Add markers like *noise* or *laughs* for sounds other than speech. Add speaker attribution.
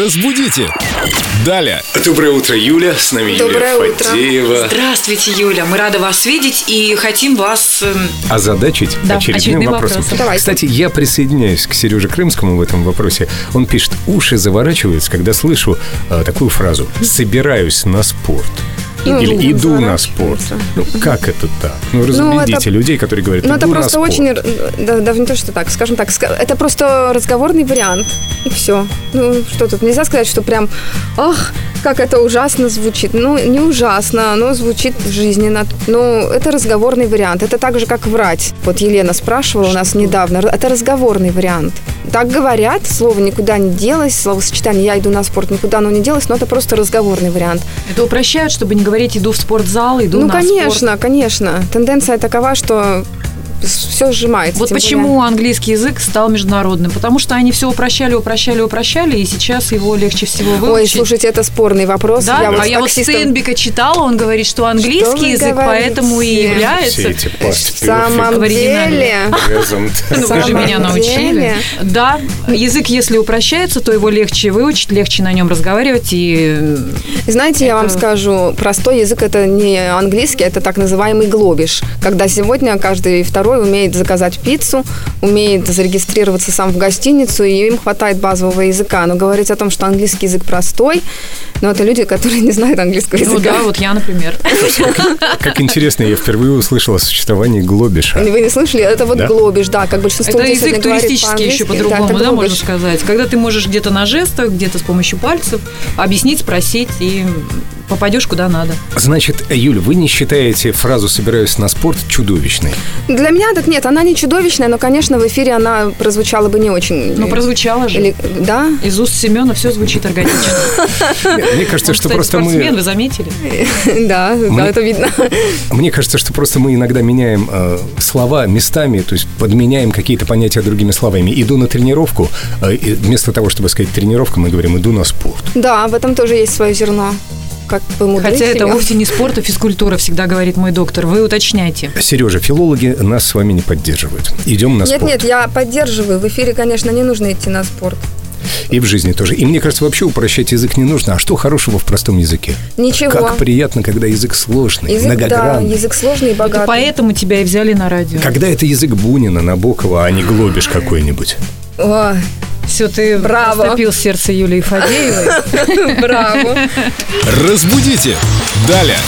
Speaker 1: Разбудите! Далее.
Speaker 2: Доброе утро, Юля. С нами
Speaker 3: Доброе
Speaker 2: Юлия
Speaker 3: утро.
Speaker 2: Фадеева.
Speaker 4: Здравствуйте, Юля. Мы рады вас видеть и хотим вас... эм,
Speaker 1: Озадачить
Speaker 4: Да,
Speaker 1: А очередным,
Speaker 4: очередным
Speaker 1: вопросом.
Speaker 4: вопросом.
Speaker 3: Давайте.
Speaker 1: Кстати, я присоединяюсь к Сереже Крымскому в этом вопросе. Он пишет, уши заворачиваются, когда слышу э, такую фразу «собираюсь на спорт».
Speaker 3: Иду.
Speaker 1: Или иду на спорт.
Speaker 3: Ну, Заворачиваются.
Speaker 1: Ну, как это так? Ну, разубедите
Speaker 3: это-
Speaker 1: людей, которые говорят,
Speaker 3: Ну, это
Speaker 1: «Иду на
Speaker 3: просто
Speaker 1: спорт».
Speaker 3: очень... р- Да, да, не то, что так, скажем так. ска- Это просто разговорный вариант. И все. Ну, что тут? Нельзя сказать, что прям... Ах, как это ужасно звучит. Ну, не ужасно, оно звучит жизненно. Но это разговорный вариант. Это так же, как врать. Вот Елена спрашивала у нас недавно. Р- Это разговорный вариант. Так говорят, слово никуда не делось, словосочетание «я иду на спорт» никуда оно не делось, но это просто разговорный вариант.
Speaker 4: Это упрощают, чтобы не говорить «иду в спортзал», «иду
Speaker 3: ну,
Speaker 4: на спорт».
Speaker 3: конечно, конечно. Тенденция такова, что все сжимается.
Speaker 4: Вот
Speaker 3: тем более-
Speaker 4: почему английский язык стал международным. Потому что они все упрощали, упрощали, упрощали, и сейчас его легче всего
Speaker 3: Ой,
Speaker 4: выучить.
Speaker 3: слушайте, это спорный вопрос.
Speaker 4: да?
Speaker 3: вот
Speaker 4: а
Speaker 3: с
Speaker 4: я вот
Speaker 3: таксистом-
Speaker 4: Стейнбека читала, он говорит, что
Speaker 3: Что
Speaker 4: английский
Speaker 3: вы
Speaker 4: язык
Speaker 3: говорите?
Speaker 4: поэтому и
Speaker 1: Все
Speaker 4: является...
Speaker 1: эти
Speaker 3: В самом деле...
Speaker 4: Оригинальный.
Speaker 3: *laughs*
Speaker 4: Ну, вы же
Speaker 3: самом
Speaker 4: меня научили.
Speaker 3: деле.
Speaker 4: Да, язык, если упрощается, то его легче выучить, легче на нем разговаривать и э, ну
Speaker 3: Знаете, я вам
Speaker 4: Это-
Speaker 3: скажу, простой язык это не английский, это так называемый глобиш. Когда сегодня каждый второй умеет заказать пиццу, умеет зарегистрироваться сам в гостиницу, и им хватает базового языка. Но говорить о том, что английский язык простой, но это люди, которые не знают английского
Speaker 4: Ну
Speaker 3: языка.
Speaker 4: да, вот я, например.
Speaker 1: Как интересно, я впервые услышал о существовании глобиша.
Speaker 3: Вы не слышали? Это вот
Speaker 1: Да?
Speaker 3: глобиш, да, как большинство
Speaker 4: Это
Speaker 3: людей
Speaker 4: язык
Speaker 3: сегодня говорит
Speaker 4: туристический еще
Speaker 3: по-английски.
Speaker 4: по-другому,
Speaker 3: это
Speaker 4: да, можно
Speaker 3: глобиш.
Speaker 4: сказать. Когда ты можешь где-то на жестах, где-то с помощью пальцев объяснить, спросить и попадешь куда надо.
Speaker 1: Значит, Юль, вы не считаете фразу «собираюсь на спорт» чудовищной?
Speaker 3: Для меня так нет, она не чудовищная, но, конечно, в эфире она прозвучала бы не очень.
Speaker 4: Ну, прозвучало же.
Speaker 3: Э, Или, да? *laughs*
Speaker 4: Из уст Семена все
Speaker 1: *laughs*
Speaker 4: звучит органично.
Speaker 1: Нет, Мне
Speaker 3: А
Speaker 1: кажется,
Speaker 4: Он,
Speaker 1: что
Speaker 4: кстати,
Speaker 1: просто
Speaker 4: спортсмен,
Speaker 1: мы...
Speaker 4: вы заметили?
Speaker 3: да, да,
Speaker 1: *laughs*
Speaker 3: это видно.
Speaker 1: Мне кажется, что просто мы иногда меняем э, слова местами, то есть подменяем какие-то понятия другими словами. Иду на тренировку, э, и вместо того, чтобы сказать тренировка, мы говорим иду на спорт.
Speaker 3: Да, в этом тоже есть свое зерно. Как бы мудрый
Speaker 4: Хотя это
Speaker 3: Семен.
Speaker 4: вовсе не спорт, а физкультура, всегда говорит мой доктор. Вы уточняйте.
Speaker 1: Сережа, филологи нас с вами не поддерживают. Идем на
Speaker 3: Нет,
Speaker 1: спорт.
Speaker 3: нет, я поддерживаю. В эфире, конечно, не нужно идти на спорт.
Speaker 1: И в жизни тоже. И мне кажется, вообще упрощать язык не нужно. А что хорошего в простом языке?
Speaker 3: Ничего.
Speaker 1: Как приятно, когда язык сложный,
Speaker 3: язык, да,
Speaker 1: многогранный.
Speaker 3: язык сложный и
Speaker 4: Это
Speaker 3: богатый.
Speaker 4: поэтому тебя и взяли на радио.
Speaker 1: Когда это язык Бунина, Набокова, а не глобишь какой-нибудь?
Speaker 3: О,
Speaker 4: Все, ты
Speaker 3: Браво.
Speaker 4: растопил сердце Юлии
Speaker 3: *laughs*
Speaker 4: Фадеевой.
Speaker 3: браво.
Speaker 1: Разбудите! Далее!